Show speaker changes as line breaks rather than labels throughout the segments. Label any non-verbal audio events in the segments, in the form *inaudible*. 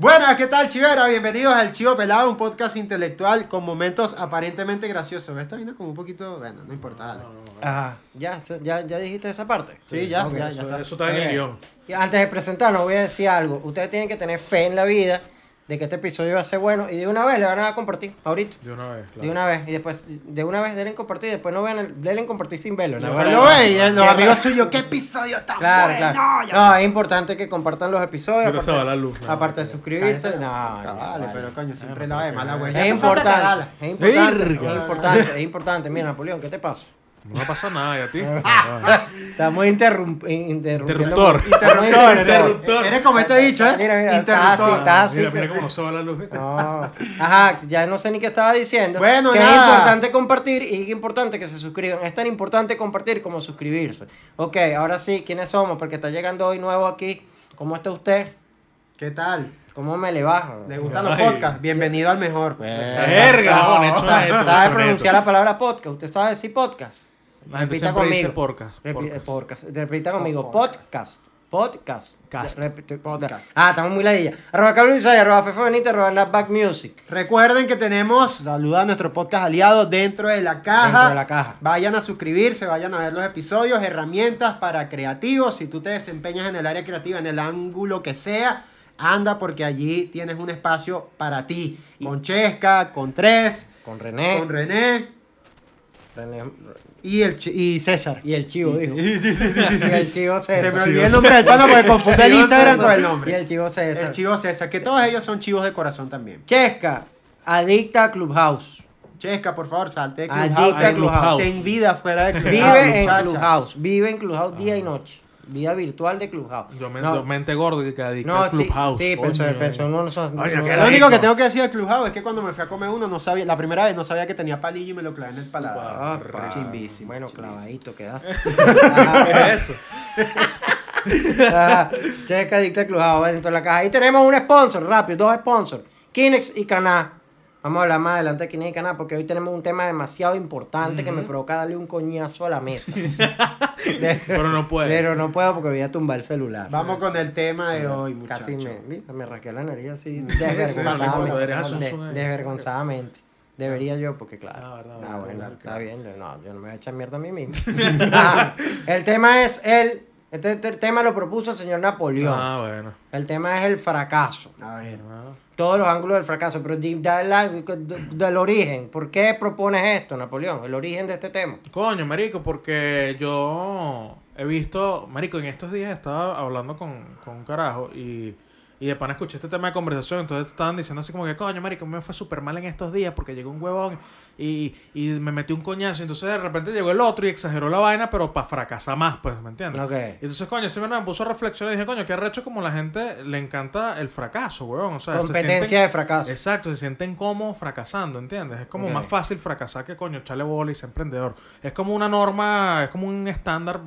Hola, ¿qué tal, Chivera? Bienvenidos al Chivo Pelado, un podcast intelectual con momentos aparentemente graciosos. Me está viendo como un poquito. Bueno, no importa. dale.
Ajá, ya, se- ya, ya dijiste esa parte.
Sí, ya,
Ok,
ya, ya
eso-
está.
Eso está en el
Ok.
guión.
Y Antes de presentarnos, voy a decir algo. Ustedes tienen que tener fe en la vida de que este episodio va a ser bueno y de una vez le van a dar compartir, ahorita.
De una vez, claro.
De una vez, y después, de una vez denle en compartir, y después no vean, el- denle en compartir sin verlo. la
No,
verdad.
Lo ve y los
Qué
amigos
raro.
*laughs* suyos, ¿qué episodio tan
Claro,
Ah, bueno?
claro.
Ya-
No, es importante que compartan los episodios.
Pero se va
aparte,
la luz, no,
aparte de
no,
suscribirse. No,
Ah,
no,
vale,
vale.
pero coño, siempre la ve mala, güey. Ya
Es
empezaste a
importante,
cagarla.
es importante, es
Verga.
importante, es importante. Mira, Napoleón, ¿qué te pasa?
No pasa nada,
*laughs*
¿y a ti? Ah,
Ah, Estamos interrum- in- interrumpiendo.
Interruptor.
Estamos interrumpiendo.
*laughs* Interruptor.
Eres como este bicho, ¿eh?
Mira, mira, está así,
Interruptor.
está así. Ah,
Mira, mira cómo no se va la luz. ¿viste?
No. Ajá, ya no sé ni qué estaba diciendo.
Bueno,
que
nada.
es importante compartir y es importante que se suscriban. Es tan importante compartir como suscribirse. Ok, ahora sí, ¿quiénes somos? Porque está llegando hoy nuevo aquí. ¿Cómo está usted?
¿Qué tal?
¿Cómo me le baja?
¿Le gustan los
Ay.
podcasts? Bienvenido al mejor.
Verga, no, neto,
¿Sabe,
neto,
sabe
neto.
pronunciar la palabra podcast? ¿Usted sabe decir podcast?
La gente
Repita
siempre dice
conmigo.
porca.
Repi- eh,
porca.
Podcast. Repita conmigo. Podcast. Podcast.
Cast.
Repite-
Podcast.
Ah, estamos muy ladilla. Arroba Carlos Luis Ayala, arroba Fefe Benítez, arroba Napback Music.
Recuerden que tenemos saluda a nuestro podcast aliado dentro de la caja.
Dentro de la caja.
Vayan a suscribirse, vayan a ver los episodios, herramientas para creativos. Si tú te desempeñas en el área creativa, en el ángulo que sea, anda porque allí tienes un espacio para ti. Con Chesca, con Tres,
Con René.
con René
René-
y, el Chi- y César.
Y el chivo, dijo. *laughs* Y el chivo César.
Se me
César.
olvidó el nombre del pano porque confundí el
Chivo
Instagram
César.
con el nombre.
Y el chivo César.
El chivo César, que todos ellos son chivos de corazón también.
Chesca, adicta a Clubhouse.
Chesca, por favor, salte de
Adicta
Clubhouse.
a Clubhouse.
Ten vida fuera de Clubhouse.
Vive en
muchacha.
Clubhouse. Vive en Clubhouse día y noche. Vida virtual de Clubhouse.
Yo me,
No,
yo mente gordo que cada
no,
día
sí,
Clubhouse.
sí,
coño.
pensó, pensó, no, no, no,
Coño,
no,
qué
Lo único
rico.
que tengo que decir de Clubhouse es que cuando me fui a comer uno, no sabía, la primera vez no sabía que tenía palillo y me lo clavé en el
Ah,
paladar.
pa-
Chimbísimo.
Bueno, clavadito quedaste. *laughs*
¿Qué es eso?
Ajá. Checa adicta crujado dentro de la caja. Y tenemos un sponsor, rápido, dos sponsors. Kinex y Caná. Vamos a hablar más adelante de Kinex y Caná porque hoy tenemos un tema demasiado importante que me provoca darle un coñazo a la
*laughs*
mesa. *laughs* De-
Pero no puede.
Pero no puedo porque voy a tumbar el celular.
Vamos con el tema de hoy, muchachos.
Casi me, mira, me rasqué la nariz
*laughs*
así
no, no, no,
desvergonzadamente.
no, no, no,
De-
no.
desvergonzadamente. Debería yo, porque claro.
Ah,
Ah,
verdad, verdad,
bueno,
verdad,
está bien. yo No, yo no me voy a echar mierda a mí mismo. *laughs* Ah, el tema es el. Este, este tema lo propuso el señor Napoleón.
Ah, bueno.
El tema es el fracaso.
A ver.
Ah.
Todos los ángulos del fracaso, pero di- da la- d- del origen. ¿Por qué propones esto, Napoleón? El origen de este tema.
Coño, marico, porque yo he visto, marico, en estos días estaba hablando con, con un carajo y, y de pana escuché este tema de conversación, entonces estaban diciendo así como que, coño, marico, me fue súper mal en estos días porque llegó un huevón y, y me metí un coñazo, entonces de repente llegó el otro y exageró la vaina, pero para fracasar más, pues, ¿me entiendes?
Ok.
Y entonces, coño, sí me puso a reflexionar y dije, coño, qué arrecho como la gente le encanta el fracaso, huevón, o sea, se
Competencia
sienten-
de fracaso.
Exacto, se sienten cómodos fracasando, ¿entiendes? Es como
Ok.
más fácil fracasar que coño, echarle bola y ser emprendedor. Es como una norma, es como un estándar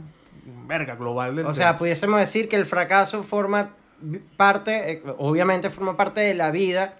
verga global del
O sea, pudiésemos decir que el fracaso forma vi- parte, eh, obviamente forma parte de la vida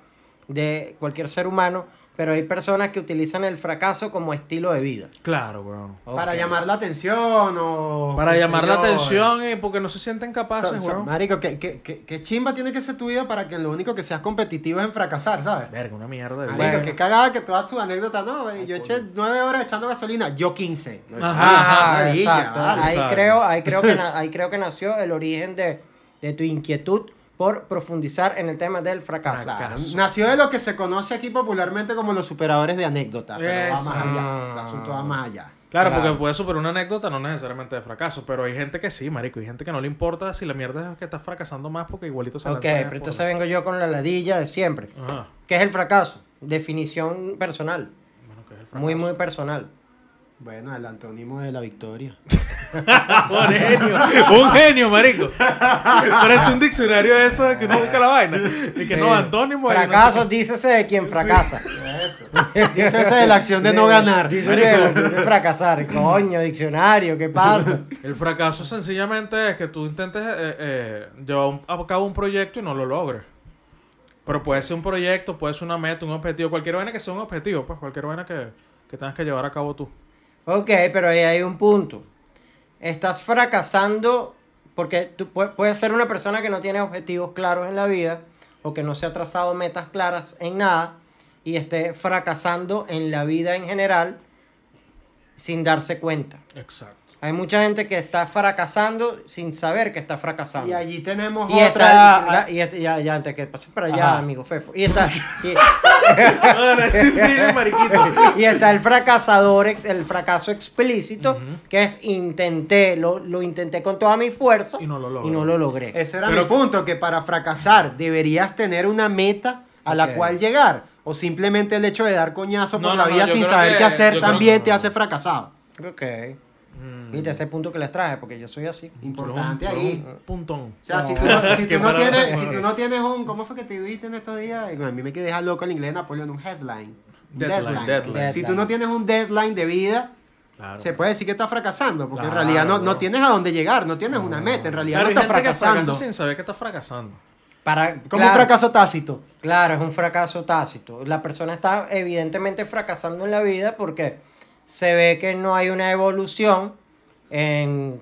de cualquier ser humano, pero hay personas que utilizan el fracaso como estilo de vida.
claro, weón.
Para
Ok.
llamar la atención o.
Para
qué sé
llamar la
eh.
yo.
atención y porque no se sienten
So-
capaces,
so-
weón.
marico, ¿qué, qué, qué, qué chimba tiene que ser tu vida para que lo único que seas competitivo es en fracasar, ¿sabes?
Verga, una mierda de
Marico,
vida.
Bueno.
qué cagada que todas tus anécdotas, no, yo eché nueve horas echando gasolina, yo 15.
Ajá,
Ajá,
maravilla,
exacto.
vale.
Ahí
Exacto.
creo, ahí creo que na- ahí creo que nació el origen de, de tu inquietud por profundizar en el tema del fracaso.
Claro,
Fracaso.
Nació de lo que se conoce aquí popularmente como los superadores de anécdotas, pero va
Eso.
más allá, el asunto va más allá.
Claro,
Claro.
porque puede superar una anécdota, no necesariamente de fracaso, pero hay gente que sí, marico, hay gente que no le importa si la mierda es que estás fracasando más porque igualito se
Ok,
lanzan
pero
por-
entonces vengo yo con la ladilla de siempre.
Ajá.
¿Qué es el fracaso? Definición personal,
Bueno, que es el fracaso.
muy muy personal.
Bueno, el antónimo de la victoria.
Un genio, un genio, marico. Parece un diccionario de eso de que uno busca la vaina. Y que no,
Sí.
antónimo. y no sé
Fracaso, dícese de quien fracasa.
Esa es la acción de no ganar.
Dícese de la acción de fracasar. Coño, diccionario, ¿qué pasa?
qué. El fracaso sencillamente es que tú intentes eh, eh, llevar un- a cabo un proyecto y no lo logres. Pero puede ser un proyecto, puede ser una meta, un objetivo, cualquier vaina que sea un objetivo, pues cualquier vaina que, que tengas que llevar a cabo tú.
Ok, pero ahí hay un punto. Estás fracasando porque tú pue- puedes ser una persona que no tiene objetivos claros en la vida o que no se ha trazado metas claras en nada y esté fracasando en la vida en general sin darse cuenta.
*laughs* Exacto.
Hay mucha gente que está fracasando sin saber que está fracasando.
Y allí tenemos
Y
otra.
está, y está- ya, ya, antes que pases para allá,
Ajá.
amigo Fefo. Y está, y,
Ahora sí, Fili, mariquito.
y está el fracasador, ex- el fracaso explícito, que es intenté, lo, lo intenté con toda mi fuerza
Y no lo logré.
y no lo logré.
Ese era
Pero-
mi punto, que para fracasar deberías tener una meta a la
Ok.
cual llegar. O simplemente el hecho de dar coñazo por
No,
la
no, no,
vida
yo
sin
creo
saber
que-
qué hacer
yo creo
también
que-
te hace fracasado.
Ok. Viste, ese punto que les traje, porque yo soy así.
Importante
Por Mm, un-
ahí.
por un Puntón.
O sea, si tú, no,
*laughs*
si tú no tienes, si tú no tienes un... ¿Cómo fue que te dijiste en estos días? Eh, A mí me quedé dejar loco el inglés de Napoleón, un headline. Un
Deadline,
deadline.
Si tú no tienes un deadline de vida,
Claro.
se puede decir que estás fracasando, porque
Claro,
en realidad no, no
bro.
tienes a dónde llegar, no tienes una meta, en realidad
Claro, hay
no estás
gente que
fracasando.
fracasa sin saber que está fracasando.
Para,
Como un
claro,
fracaso tácito.
Claro, es un fracaso tácito. La persona está evidentemente fracasando en la vida porque se ve que no hay una evolución en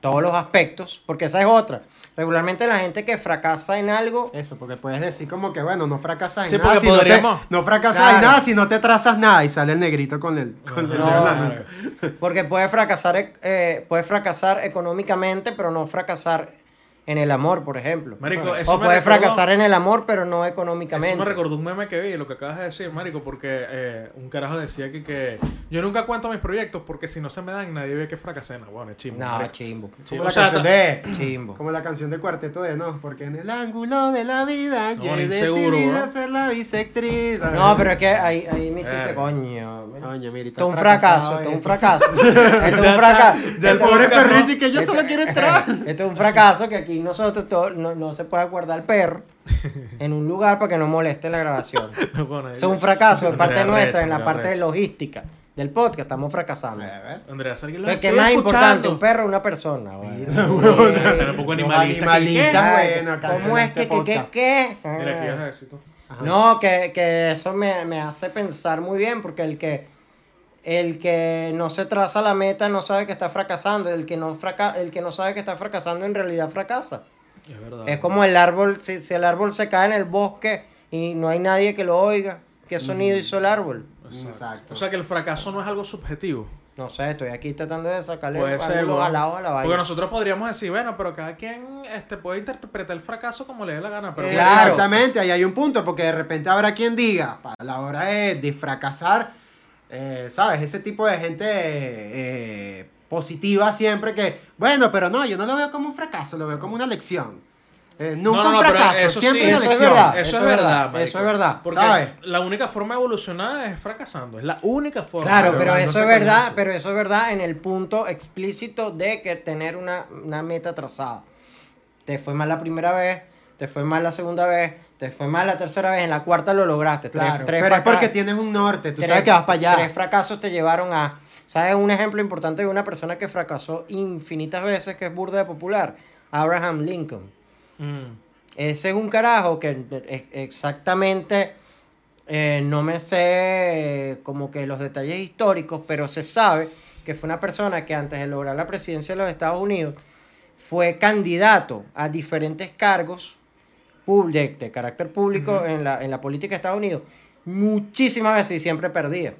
todos los aspectos, porque esa es otra. Regularmente la gente que fracasa en algo
Eso, porque puedes decir como que, bueno, no fracasas en
Sí,
nada.
porque
Si no, te,
podríamos-
no fracasas en
Claro.
nada si no te trazas nada. Y sale el negrito con el. Con el
No,
dedo en la
claro.
nuca.
Porque puede fracasar, ec- eh, puede fracasar económicamente, pero no fracasar en el amor, por ejemplo.
Marico, eso
o
me
puede
recordó-
fracasar en el amor, pero no
Eso me
económicamente.
recordó un meme que vi, lo que acabas de decir, Marico, porque eh, un carajo decía que, que yo nunca cuento mis proyectos porque si no se me dan, nadie ve que fracasé. No, bueno, es chimbo.
No,
marico.
chimbo.
Sí,
Como
o
la
sea,
canción
ta-
de.
*clears throat* Chimbo.
Como la canción de Cuarteto de No, porque en el ángulo de la vida
No,
yo he
inseguro,
decidido
¿verdad?
hacer la bisectriz.
No, pero es que ahí, ahí me hiciste,
Verga.
coño. mira.
Coño, mira, y
Esto es un
está fracasado,
fracaso, esto es
eh. *laughs*
un fracaso. Esto es un fracaso. Este-
ya el
El pobre
podcast, ¿no?
perrito y que yo solo
*laughs*
quiero entrar.
Esto es un fracaso que aquí nosotros to- no, no se puede guardar el
*laughs*
perro en un lugar para que no moleste la grabación.
No, *laughs* bueno,
Eso es un fracaso de parte
Andrea
nuestra,
Recha,
en la
Andrea
parte de
Recha.
logística del podcast. Estamos fracasando.
A ver.
Andrea, Sergio, los
Pero ¿Qué
estoy
más importante,
escuchando.
un perro o una persona? güey? *laughs*
Mira, será un poco
Los
animalista. aquí, ¿qué?
animalistas.
Ay,
bueno, acá
¿Cómo
en
es
este
que, que, que,
podcast.
que?
Mira, aquí vas a decir tú.
No, que, que eso me, me hace pensar muy bien, porque el que, el que no se traza la meta no sabe que está fracasando, el que no, fraca, el que no sabe que está fracasando en realidad fracasa.
Es verdad.
Es como el árbol, si, si el árbol se cae en el bosque y no hay nadie que lo oiga, ¿qué
Mm.
sonido hizo el árbol?
Exacto.
O sea que el fracaso no es algo subjetivo.
No sé, estoy aquí tratando de sacarle
Puede ser.
los
¿no?
alados a la
Porque
vaina.
nosotros podríamos decir, bueno, pero cada quien este, puede interpretar el fracaso como le dé la gana. Pero
Eh,
Claro.
Exactamente, ahí hay un punto, porque de repente habrá quien diga, a la hora de, de fracasar, eh, ¿sabes? Ese tipo de gente eh, eh, positiva siempre que, bueno, pero no, yo no lo veo como un fracaso, lo veo como una lección. Eh, nunca
No, no, no,
un
pero
fracaso,
eso
siempre
sí,
una
eso es
lección.
verdad,
Eso, es verdad, marico.
eso es verdad,
Porque
¿sabes?
la única forma de evolucionar es fracasando. Es la única forma.
Claro, pero
no
eso
se
es verdad,
conoce.
pero eso es verdad en el punto explícito de que tener una, una meta trazada. Te fue mal la primera vez, te fue mal la segunda vez, te fue mal la tercera vez, en la cuarta lo lograste. Tres-
Claro,
tres
pero es
fraca-
porque tienes un norte, tú
tres-
sabes que vas para allá.
Tres fracasos te llevaron a. ¿Sabes? Un ejemplo importante de una persona que fracasó infinitas veces, que es burda de popular, Abraham Lincoln.
Mm.
Ese es un carajo que e- exactamente eh, no me sé eh, como que los detalles históricos, pero se sabe que fue una persona que antes de lograr la presidencia de los Estados Unidos fue candidato a diferentes cargos pub- de, de carácter público en, la, en la política de Estados Unidos muchísimas veces y siempre perdía.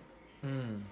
Mm.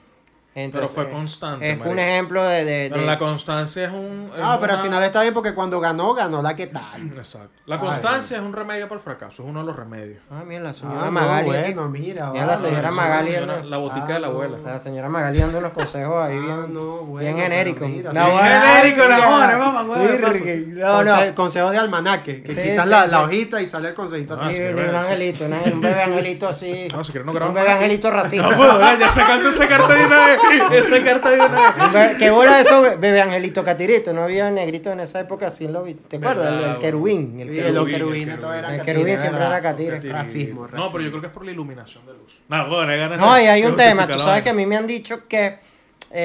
Entonces,
fue constante,
Es un
marico.
ejemplo de... de-
Pero
de-
la constancia es un. es
Ah, pero
una-
al final está bien porque cuando ganó, ganó la que tal.
Exacto. La
Ay,
constancia es un remedio para el fracaso, es uno de los remedios.
Ah, mira, la
Ah,
señora
no,
Magali aquí.
bueno, mira.
Mira
vale.
la señora
Sí,
Magali,
La, señora-
¿no?
la botica
Ah,
de la
no.
abuela.
La señora Magali dando unos consejos ahí
Ah,
bien,
no, bueno,
bien
pero
genérico.
mira,
No,
sí.
bueno,
genérico,
mira.
la mona, mamá, güey, de paso.
Virgen, No, no.
Conse- consejo de almanaque, que
Sí,
quitas
sí,
la,
sí.
la hojita y sale el consejito.
Ah,
atrás.
sí,
Mira,
verdad,
un angelito, un angel- un bebé angelito así.
*laughs* No, si quieres no
un
grabamos
bebé
aquí. *laughs*
angelito racista.
No pues. puedo, ya sacando esa carta
*laughs*
de una vez. Esa carta de una vez.
Un bebé- ¿Qué bola eso, bebé angelito catirito? No había negrito en esa época sin lo vi- ¿Te acuerdas? El- El,
Verdad,
querubín. El
Sí,
querubín.
los
querubín,
querubines
el
todo eran
querubín. El
catire,
querubín siempre
¿verdad?
era catire.
Catire. Racismo, racismo.
No, pero yo creo que es por la iluminación de luz. No, joder, ganas
No,
de-
y hay
de
un tema. Tú
justificar la
sabes que a
vaina.
mí me han dicho que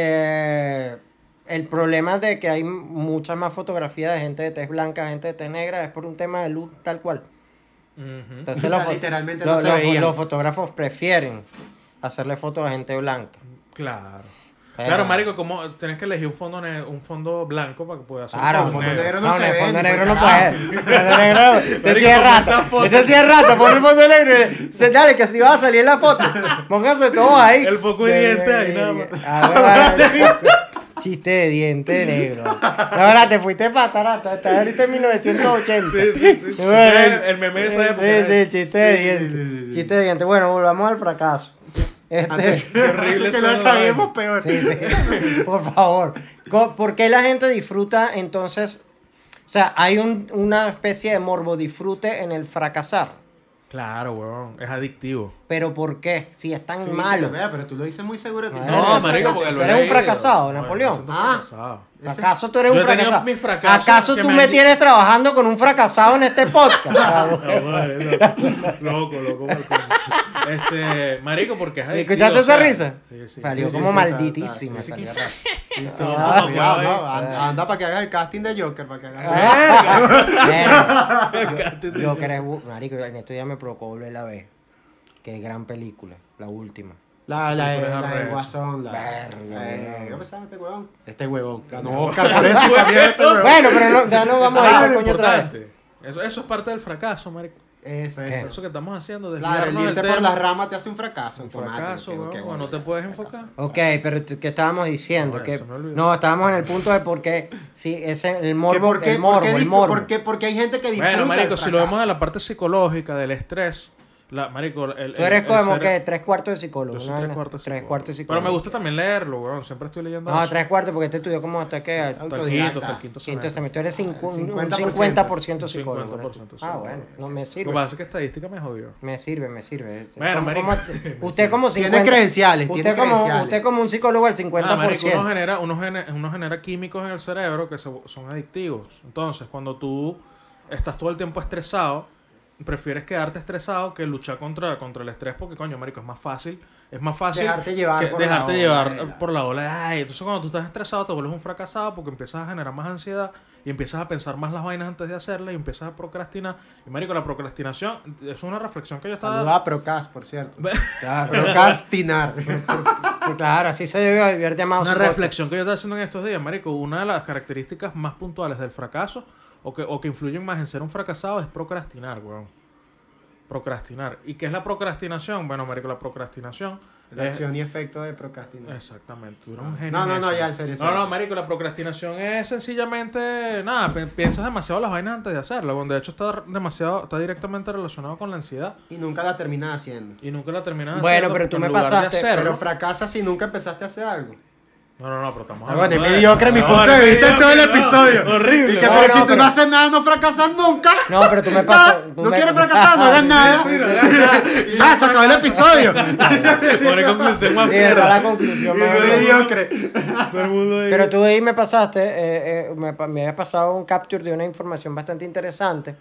eh, el problema de que hay muchas más fotografías de gente de tez blanca, gente de tez negra, es por un tema de luz tal cual.
Ujú.
Entonces,
O sea,
fo-
literalmente
lo-
no se
lo-
veían.
los fotógrafos prefieren hacerle fotos a gente blanca.
Claro.
Pero-
Claro, marico, como tienes que elegir un fondo ne- un fondo blanco para que puedas hacer
Claro,
un fondo negro.
no se
en el
ve,
fondo
ni
negro
por
no puede. Fondo negro no. Este
pues, *laughs* Marico,
sí es
pon esa
rata.
foto.
Este sí es rata. Pon el fondo negro. y le- se- Dale, que si va a salir la foto. Pónganse todos ahí.
El foco de dientes ahí, nada más.
Ah, bueno, vale. Chiste de diente negro. La verdad, te fuiste para tarata. Estás ahorita en 1980.
Sí, sí, sí.
Bueno,
El meme de esa época. ¿eh?
Sí, sí, chiste de
Sí,
diente.
sí, sí, sí.
Chiste de diente. Bueno, volvamos al fracaso.
*laughs*
Este.
Antes-
horrible
que
son
lo
los
caguemos
años.
peor. *laughs*
Sí, sí. *laughs* Por favor. Co- ¿Por qué la gente disfruta entonces? O sea, hay un- una especie de morbo disfrute en el fracasar.
Claro, weón. Es adictivo.
Pero ¿por qué? Si es tan
Tú dices,
malo.
"Vea, pero tú lo dices muy seguro. de ti".
No,
Tú eres
marico, porque
fracasado.
lo- Eh, eres un fracasado, Napoleón.
Ah.
Ah.
Ese-
¿Acaso tú eres
Yo
un
he tenido
fracasado?
mis fracasos
¿Acaso
que
tú
me
me
han di-
tienes trabajando con un fracasado en este
*laughs*
podcast? chavo?
loco, loco, balcón. Este, marico, porque es adictivo.
¿Escuchaste
o sea,
esa risa?
Sí, sí. *laughs*
Salió
Sí, sí,
como
sí,
malditísima.
está,
salió raro.
Sí, sí,
No,
no, cuidado,
cuidado,
no, Anda, para que hagas el casting de Joker. Para que hagas...
Ah.
*laughs*
Verga.
Acá
Yo creo, marico, en esto ya me provocó volver la vez. Qué gran película, la última.
La, la,
tú eres
la, del
arrecho.
guasón. La,
Verga,
eh,
weón.
¿Qué pensaba este huevón? Este huevón. *laughs* Ganó Oscar por eso también. Este huevón.
Bueno, pero no, ya no vamos
Eso
a
es
ir
lo
coño otra vez.
importante. Eso, eso es parte del fracaso, marico.
Eso, eso.
Eso que estamos haciendo,
Claro, el
desviarnos
irte
del
por
tema.
las ramas te hace un fracaso.
Un
automático,
fracaso,
que-
weón.
que,
bueno, no te
ya,
puedes
fracaso.
enfocar.
Ok, pero t- ¿qué estábamos diciendo?
Joder,
que,
se me olvidó.
no, estábamos en el punto de por qué, sí, ese, el
¿Por qué,
morbo,
por qué,
el morbo, el
dif-
morbo.
por qué- por qué hay gente que disfruta
Bueno, marico,
el
si lo vemos
fracaso?
de la parte psicológica, del estrés, la, marico, el,
Tú eres
el- el
como
ser-
que tres cuartos de psicólogo.
Eh, Yo soy
¿no?
tres
Tres
cuartos psicólogo.
cuartos de
Pero
psicólogo.
me gusta también leerlo, weón. Siempre estoy leyendo.
No,
eso.
tres cuartos porque este estudió como hasta que...
Hasta el
Autodidacta.
quinto, hasta el
Quinto
quinto semestre.
semestre, tú eres cincu- un- un
50%.
50% psicólogo. ¿no?
50%
Ah,
psicólogo.
bueno, no me
Lo que
sirve.
pasa es que estadística me jodió.
Me sirve, me sirve.
Bueno,
Como-
marico,
como-
*laughs* me
usted como
Tiene
50
credenciales,
Usted,
tiene
como,
credenciales.
usted como un psicólogo al
Ah, marico,
50%.
uno genera, uno, gene- uno genera químicos en el cerebro que se- son adictivos. Entonces, cuando tú estás todo el tiempo estresado, prefieres quedarte estresado que luchar contra, contra el estrés porque, coño, marico, es más fácil. Es más fácil
Dejarte llevar
que
por la
dejarte
ola, eh.
llevar
vela.
por la ola. de, Ay, entonces cuando tú estás estresado te vuelves un fracasado porque empiezas a generar más ansiedad y empiezas a pensar más las vainas antes de hacerlas y empiezas a procrastinar. Y, marico, la procrastinación es una reflexión que yo estaba...
Saluda a Procas, por *laughs* cierto. *laughs*
Claro,
Procastinar.
Eh.
claro, así se debe haber
Ah,
llamado
Una
su podcast.
reflexión que yo estoy haciendo en estos días, Marico, una de las características más puntuales del fracaso o que, o que influyen más en ser un fracasado es procrastinar, weón. Procrastinar. ¿Y qué es la procrastinación? Bueno, Marico, la procrastinación.
La
es-
acción y efecto de
Eh.
procrastinar.
Exactamente, tú eres un genio.
No,
en
no, no,
eso.
ya, en serio, en
No,
serio.
no, Marico, la procrastinación es sencillamente. Nada, pi- piensas demasiado las vainas antes de hacerlas. weón. de hecho, está, demasiado, está directamente relacionado con la ansiedad
Y nunca la terminas haciendo.
y nunca la terminas
Bueno,
haciendo
pero
porque
tú
en
me
lugar de
pasaste,
hacerlo-
Pero fracasas si nunca empezaste a hacer algo.
No, no, no, pero estamos
Ah, bueno, es
hablando de-
mediocre mi
No,
punto
es
de vista en todo el
mediocre, no.
episodio.
Horrible.
Y que,
no,
pero
no,
si tú
pero-
no haces nada, no fracasas nunca.
No, pero tú me pasas.
No, no quieres fracasar, no hagas nada. *laughs* Y Ya, se acabó el *laughs* episodio.
Pone conclusión más
Sí, está la
mierda.
conclusión.
Y
más
con
bien.
el-
Mediocre.
Todo el mundo ahí.
Pero tú ahí me pasaste, eh, eh, me, pa- me había pasado un capture de una información bastante interesante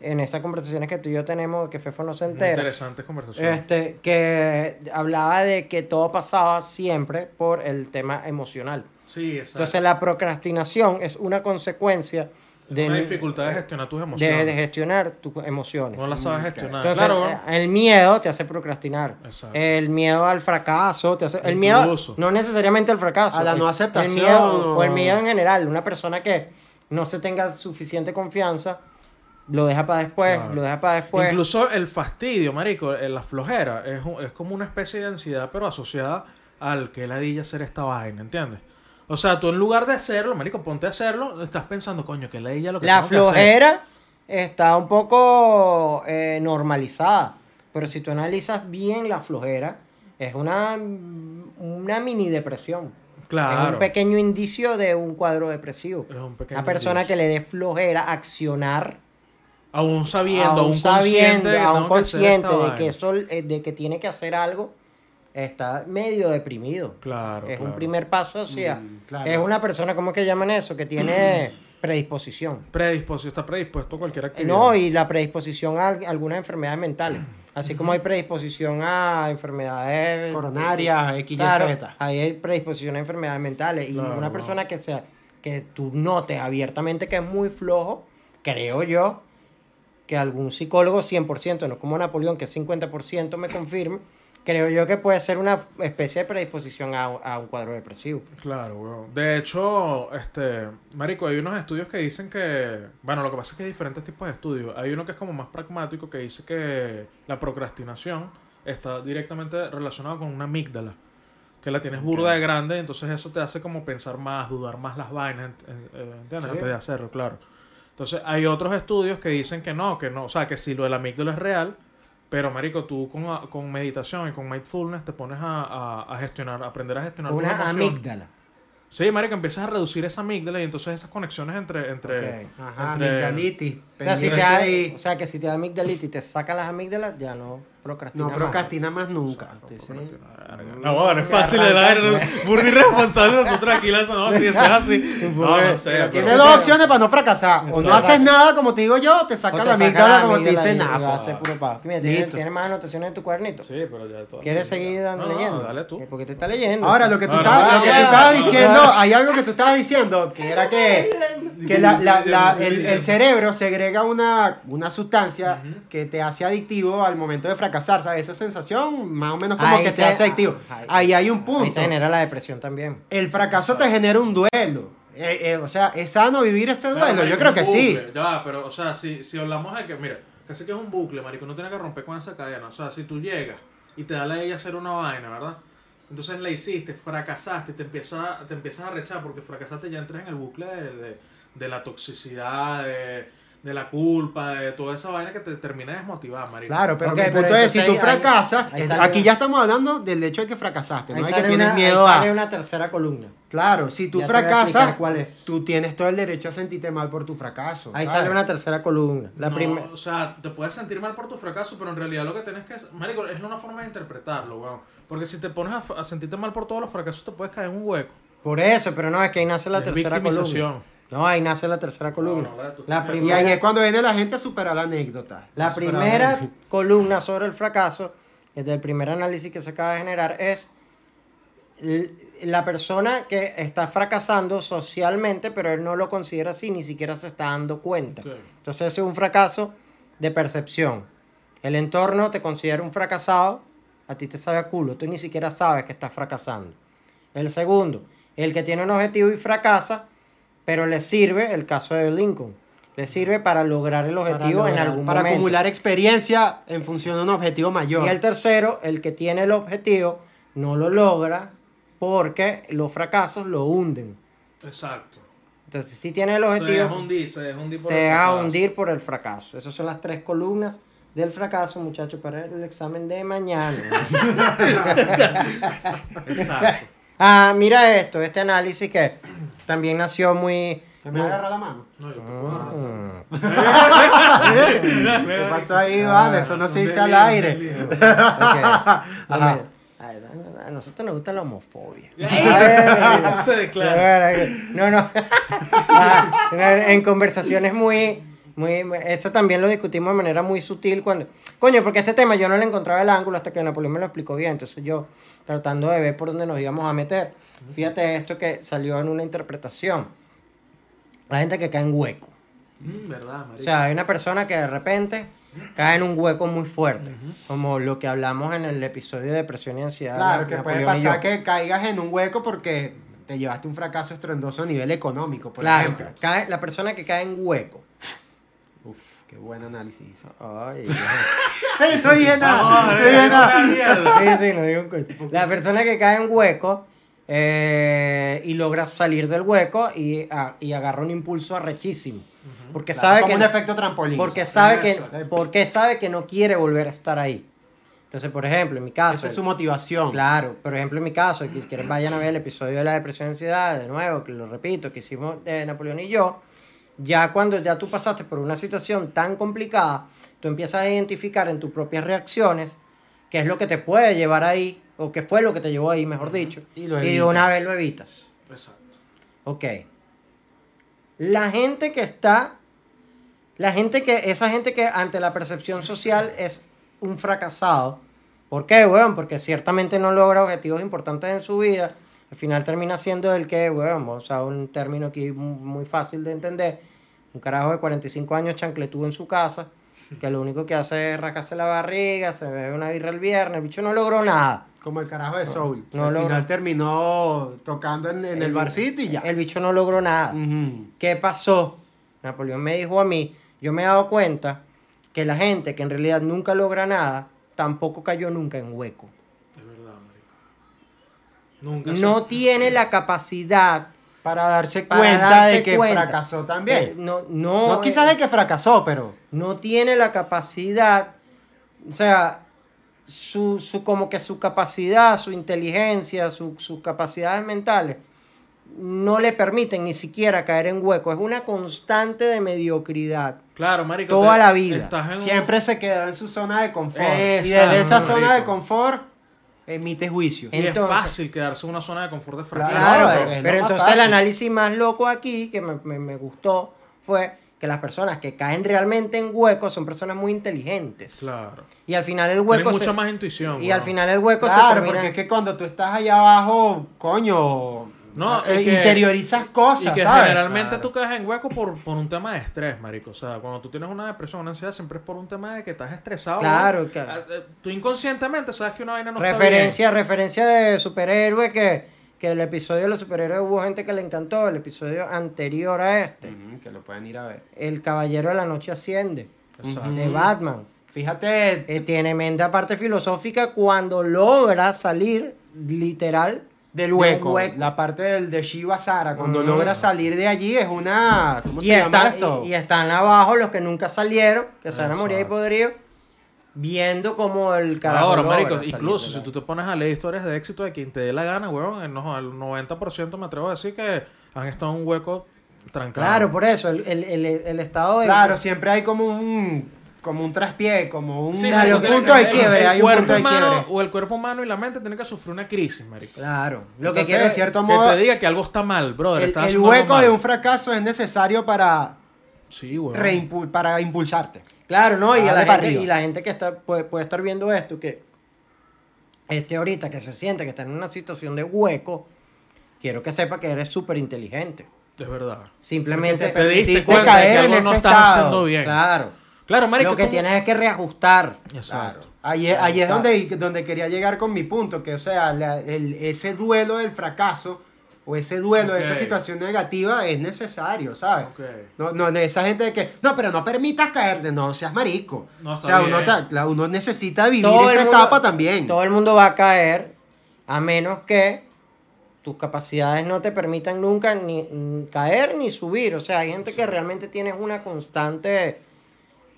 en esas conversaciones que tú y yo tenemos, que Fefo no se
Muy
entera.
Interesantes conversaciones.
Este, que hablaba de que todo pasaba siempre por el tema emocional.
sí, exacto.
Entonces la procrastinación es una consecuencia de,
una dificultad de gestionar tus emociones.
de, de gestionar tus emociones.
no las sabes gestionar.
Entonces,
Ah, claro,
eh,
bueno.
el miedo te hace procrastinar.
Exacto.
El miedo al fracaso te hace. El miedo.
Incluso.
No necesariamente al fracaso.
A la
el-
no aceptación.
El miedo, o el miedo en general. Una persona que no se tenga suficiente confianza lo deja para después,
Claro.
lo deja para después.
Incluso el fastidio, marico, eh, la flojera, es, un- es como una especie de ansiedad, pero asociada al que ladilla hacer esta vaina, ¿entiendes? O sea, tú en lugar de hacerlo, marico, ponte a hacerlo, estás pensando, coño, que ladilla lo que
la
tengo que hacer.
flojera está un poco eh, normalizada. Pero si tú analizas bien la flojera, es una, una mini depresión.
Claro.
Es un pequeño indicio de un cuadro depresivo.
Es un pequeño
Una persona
indicio.
que le dé flojera accionar,
Aún sabiendo, aún,
aún
consciente,
sabiendo,
de que
aún
tengo que hacer
consciente
esta
de
vaina.
que, eso, eh, de que tiene que hacer algo, está medio deprimido.
Claro,
es
claro.
un primer paso hacia...
Mm, claro.
Es una persona, ¿cómo es que llaman eso? Que
*clears throat*
tiene predisposición.
predispuesto, está predispuesto a cualquier
Eh,
actividad.
No, y la predisposición a al- algunas enfermedades mentales. Así como hay predisposición a enfermedades
Coronarias, X, Y,
Claro,
Z.
ahí hay predisposición a enfermedades mentales. Y
Claro.
una persona que sea, que tú notes abiertamente que es muy flojo, creo yo, que algún psicólogo 100%, no como Napoleón, que 50% me confirme, creo yo que puede ser una especie de predisposición a, a un cuadro depresivo.
Claro, weón. De hecho, este, marico, hay unos estudios que dicen que, bueno, lo que pasa es que hay diferentes tipos de estudios. Hay uno que es como más pragmático que dice que la procrastinación está directamente relacionada con una amígdala, que la tienes burda de grande, entonces eso te hace como pensar más, dudar más las vainas, ent- eh, eh, ¿entiendes?
Sí.
Antes de hacerlo, claro. Entonces, hay otros estudios que dicen que no, que no, o sea, que si lo de la amígdala es real, pero marico, tú con, con meditación y con mindfulness te pones a, a- a gestionar, a aprender a gestionar tus
Una
emociones.
amígdala.
Sí, marico, empiezas a reducir esa amígdala y entonces esas conexiones entre...
Ok.
entre
Ajá,
Entre-
amigdalitis.
O sea, si te
Pendiente
da,
ahí.
o sea, que si te da amigdalitis y te saca las amígdalas, ya no procrastinas.
no procrastina más nunca.
No, bueno, es fácil el aire. Burdi responsable nosotros aquí lanzando. No, si eso
*laughs*
es así. No, no sé.
Pero
pero-
tiene dos opciones para no fracasar. O no
Exacto.
haces nada, como te digo yo, o te
O te
saca la
saca
amígdala
la
como te
amígdala
dice
y lo
nada.
hace puro pago. Mira, tienes,
Listo.
tienes más anotaciones en tu cuadernito.
Sí, pero ya todo.
¿Quieres seguir
No, no,
leyendo?
dale tú.
Eh, Porque te está leyendo.
Ahora, lo que tú
No, no,
estabas,
no,
lo que
no,
tú
no,
estabas
no,
*laughs*
no.
diciendo, hay algo que tú estabas diciendo, que era que, que la- la- la- el, el cerebro segrega una, una sustancia que te hace adictivo al momento de fracasar, ¿sabes? Esa sensación más o menos como
Ahí
que
se- ah,
te hace adictivo.
ahí-
Ahí hay un
Ahí
punto.
se genera la depresión también.
El fracaso te genera un duelo. Eh, eh, o sea, ¿es sano vivir ese duelo? Yo creo que sí.
Ya, va, pero, o sea, si, si hablamos de que, mira, casi que es un bucle, marico, no tiene que romper con esa cadena. O sea, si tú llegas y te da la idea hacer una vaina, ¿verdad? Entonces la hiciste, fracasaste, te empiezas, te empiezas a rechar porque fracasaste ya entras en el bucle de, de- de la toxicidad, de, de la culpa, de toda esa vaina que te termina de desmotivar, marico.
Claro, pero
Ok,
mi
pero
punto es, si tú
entonces ahí-
fracasas,
ahí
es-
sale
aquí
una-
ya estamos hablando del hecho de que fracasaste,
Ahí
no es que
sale
tienes
una-
miedo
ahí
a...
sale una tercera columna.
Claro, si tú
Ya te voy a
fracasas,
explicar cuál es.
tú tienes todo el derecho a sentirte mal por tu fracaso.
Ahí
¿sabes?
sale una tercera columna. La
No,
primera.
O sea, te puedes sentir mal por tu fracaso, pero en realidad lo que tienes que. Marico, es una forma de interpretarlo, weón. Porque si te pones a, f- a sentirte mal por todos los fracasos, te puedes caer en un hueco.
Por eso, pero no, es que ahí nace la
Es
tercera
victimización.
columna. No, ahí nace la tercera columna.
No, no, la- tú
la
estás bien.
Y ahí
primera,
es cuando viene la gente a superar la anécdota.
la
Superar
primera
anécdota.
columna sobre el fracaso, desde el primer análisis que se acaba de generar, es l- la persona que está fracasando socialmente, pero él no lo considera así, ni siquiera se está dando cuenta.
Ok.
Entonces ese es un fracaso de percepción. El entorno te considera un fracasado, a ti te sabe a culo, tú ni siquiera sabes que estás fracasando. El segundo, el que tiene un objetivo y fracasa, pero le sirve, el caso de Lincoln, le sirve para lograr el
Para
objetivo en
lograr-
algún
Para
momento.
acumular experiencia en función de un objetivo mayor.
Y el tercero, el que tiene el objetivo, no lo logra porque los fracasos lo hunden.
Exacto.
Entonces, si tiene el
Se
objetivo...
deja hundir, se deja hundir por
te
el
deja
fracaso.
hundir por el fracaso. Esas son las tres columnas del fracaso, muchachos, para el examen de
*laughs*
mañana.
Exacto.
ah, mira esto, este análisis que también nació muy...
¿Te me agarra la mano?
No, yo te puedo dar-
*laughs* Mm.
¿Qué pasó ahí,
Ah,
Iván? Eso no se dice al aire. *laughs*
*laughs* Ok. Dame- Ay, a- a- A nosotros nos gusta la
*laughs*
homofobia.
Eso se declara.
No, no. *laughs* Ah, en conversaciones muy, muy, muy- Esto también lo discutimos de manera muy sutil cuando... Coño, porque este tema yo no le encontraba el ángulo hasta que Napoleón me lo explicó bien. Entonces yo, tratando de ver por dónde nos íbamos a meter, fíjate esto que salió en una interpretación. La gente que cae en hueco.
Mm, verdad, marico.
O sea, hay una persona que de repente cae en un hueco muy fuerte, como lo que hablamos en el episodio de depresión y ansiedad.
Claro,
de
que puede
Napoleón y yo.
pasar que caigas en un hueco porque te llevaste un fracaso estruendoso a nivel económico, por
Claro,
ejemplo.
cae- la persona que cae en hueco.
Uf, qué buen análisis.
Ay,
*laughs* no dije
Vamos,
nada. No
marico,
dije nada.
una mierda.
sí, sí, no digo un coño. La persona que cae en hueco eh, y logra salir del hueco y, a- y agarra un impulso arrechísimo. Porque
Claro,
sabe
como
que.
un efecto trampolín.
porque
¿sabes?
sabe que,
Exacto.
porque sabe que no quiere volver a estar ahí. Entonces, por ejemplo, en mi caso.
Esa es su motivación.
Claro, por ejemplo, en mi caso, que quieren vayan a ver el episodio de la depresión y ansiedad, de nuevo, que lo repito, que hicimos eh, Napoleón y yo, ya cuando ya tú pasaste por una situación tan complicada, tú empiezas a identificar en tus propias reacciones qué es lo que te puede llevar ahí, o qué fue lo que te llevó ahí, mejor dicho,
Y lo
de
evitas.
una vez lo evitas.
Exacto.
Ok. La gente que está, la gente que, esa gente que ante la percepción social es un fracasado. ¿Por qué, weón? Porque ciertamente no logra objetivos importantes en su vida. Al final termina siendo el que, weón, o sea, un término aquí mu- muy fácil de entender. Un carajo de 45 años chancletudo en su casa, que lo único que hace es rascarse la barriga, se bebe una birra el viernes, el bicho no logró nada.
Como el carajo de Soul.
no
Al
logro.
final terminó tocando en, en el barcito y ya.
El bicho no logró nada.
Ujú.
¿Qué pasó? Napoleón me dijo a mí, yo me he dado cuenta que la gente que en realidad nunca logra nada, tampoco cayó nunca en hueco.
Es verdad, marico. Nunca
No
se-
tiene la capacidad
Para darse
para
cuenta
darse
de que
cuenta.
fracasó
Eh,
también.
no, no, eh.
no quizás de que fracasó, pero...
no tiene la capacidad, o sea, su, su- como que su capacidad, su inteligencia, su- sus capacidades mentales no le permiten ni siquiera caer en hueco. Es una constante de mediocridad.
Claro, marico.
Toda la vida.
estás en un-
Siempre se quedó en su zona de confort. y
Esa,
desde esa
marico.
zona de confort emite juicio.
Y es
Entonces-
fácil quedarse en una zona de confort de fracaso.
Claro, eh,
Claro,
pero,
es
pero
lo más
entonces el
fácil.
análisis más loco aquí, que me, me- me gustó, fue que las personas que caen realmente en huecos son personas muy inteligentes.
Claro.
Y al final el
Tienes
hueco
mucha
se-
más intuición.
Y
weón.
al final el hueco se
Claro,
termina...
porque es que cuando tú estás allá abajo, coño,
No,
eh,
y que-
interiorizas cosas,
y que
¿sabes?
generalmente
Claro.
tú caes en hueco por, por un tema de estrés, marico. O sea, cuando tú tienes una depresión, una ansiedad, siempre es por un tema de que estás estresado.
Claro,
weón.
claro.
Ah, eh, Tú inconscientemente sabes que una vaina no
referencia, referencia de superhéroe que, que el episodio de los superhéroes hubo gente que le encantó, el episodio anterior a este,
Ujú, que lo pueden ir a ver.
El Caballero de la Noche Asciende,
está bien.
de
Exacto.
Batman.
Fíjate,
Eh, tiene tremenda parte filosófica cuando logra salir literal
del hueco,
del hueco.
la parte del de Shiva Sara, cuando
Ah.
Mm.
logra salir de allí es una... ¿Cómo
y,
se llama
está-
esto?
y- y están abajo los que nunca salieron, que se van a
Exacto.
morir ahí podridos, viendo como el carajo.
Ahora,
logra
marico,
salir
incluso
de
si
la-
tú te pones a leer historias de éxito de quien te dé la gana, weón, el no- el 90% me atrevo a decir que han estado en un hueco trancado.
Claro, por eso, el, el- el- el estado de.
Claro, siempre hay como un como un traspié, como un,
Sí,
o sea,
hay
marico,
un
que
punto
el-
de
el-
quiebre,
el
hay un
cuerpo
punto de
humano,
quiebre.
O el cuerpo humano y la mente tienen que sufrir una crisis, marico.
Claro. Lo
Entonces,
que quiero
de cierto
Que
modo,
te diga que algo está mal, brother.
el,
estás
el
haciendo algo
hueco
mal.
de un fracaso es necesario para,
Sí, weón.
reimpul- para impulsarte.
Claro, ¿no? Y,
Ah,
a
de
la
para
gente,
arriba.
y la gente que está, puede, puede estar viendo esto, que este ahorita que se siente que está en una situación de hueco, quiero que sepa que eres súper inteligente.
Es verdad.
Simplemente.
Porque
Te diste
permitiste
cuenta de
caer
que
en
algo no
ese
estás
estado.
haciendo bien. Claro,
Claro.
marico.
Lo que
¿cómo-
tienes es que reajustar.
Claro.
Exacto.
Ahí es, ahí es
Claro.
donde, donde quería llegar con mi punto, que o sea, la- el- ese duelo del fracaso o ese duelo de esa
Ok.
situación negativa es necesario, ¿sabes?
Ok.
No, no, de esa gente de que, no, pero no permitas caerte, no seas marico.
No,
o
está
sea, uno,
bien.
ta- la- uno necesita vivir
Todo el
esa
mundo-
etapa también.
Todo el mundo va a caer a menos que tus capacidades no te permitan nunca ni mm, caer ni subir. O sea, hay gente que realmente tienes una constante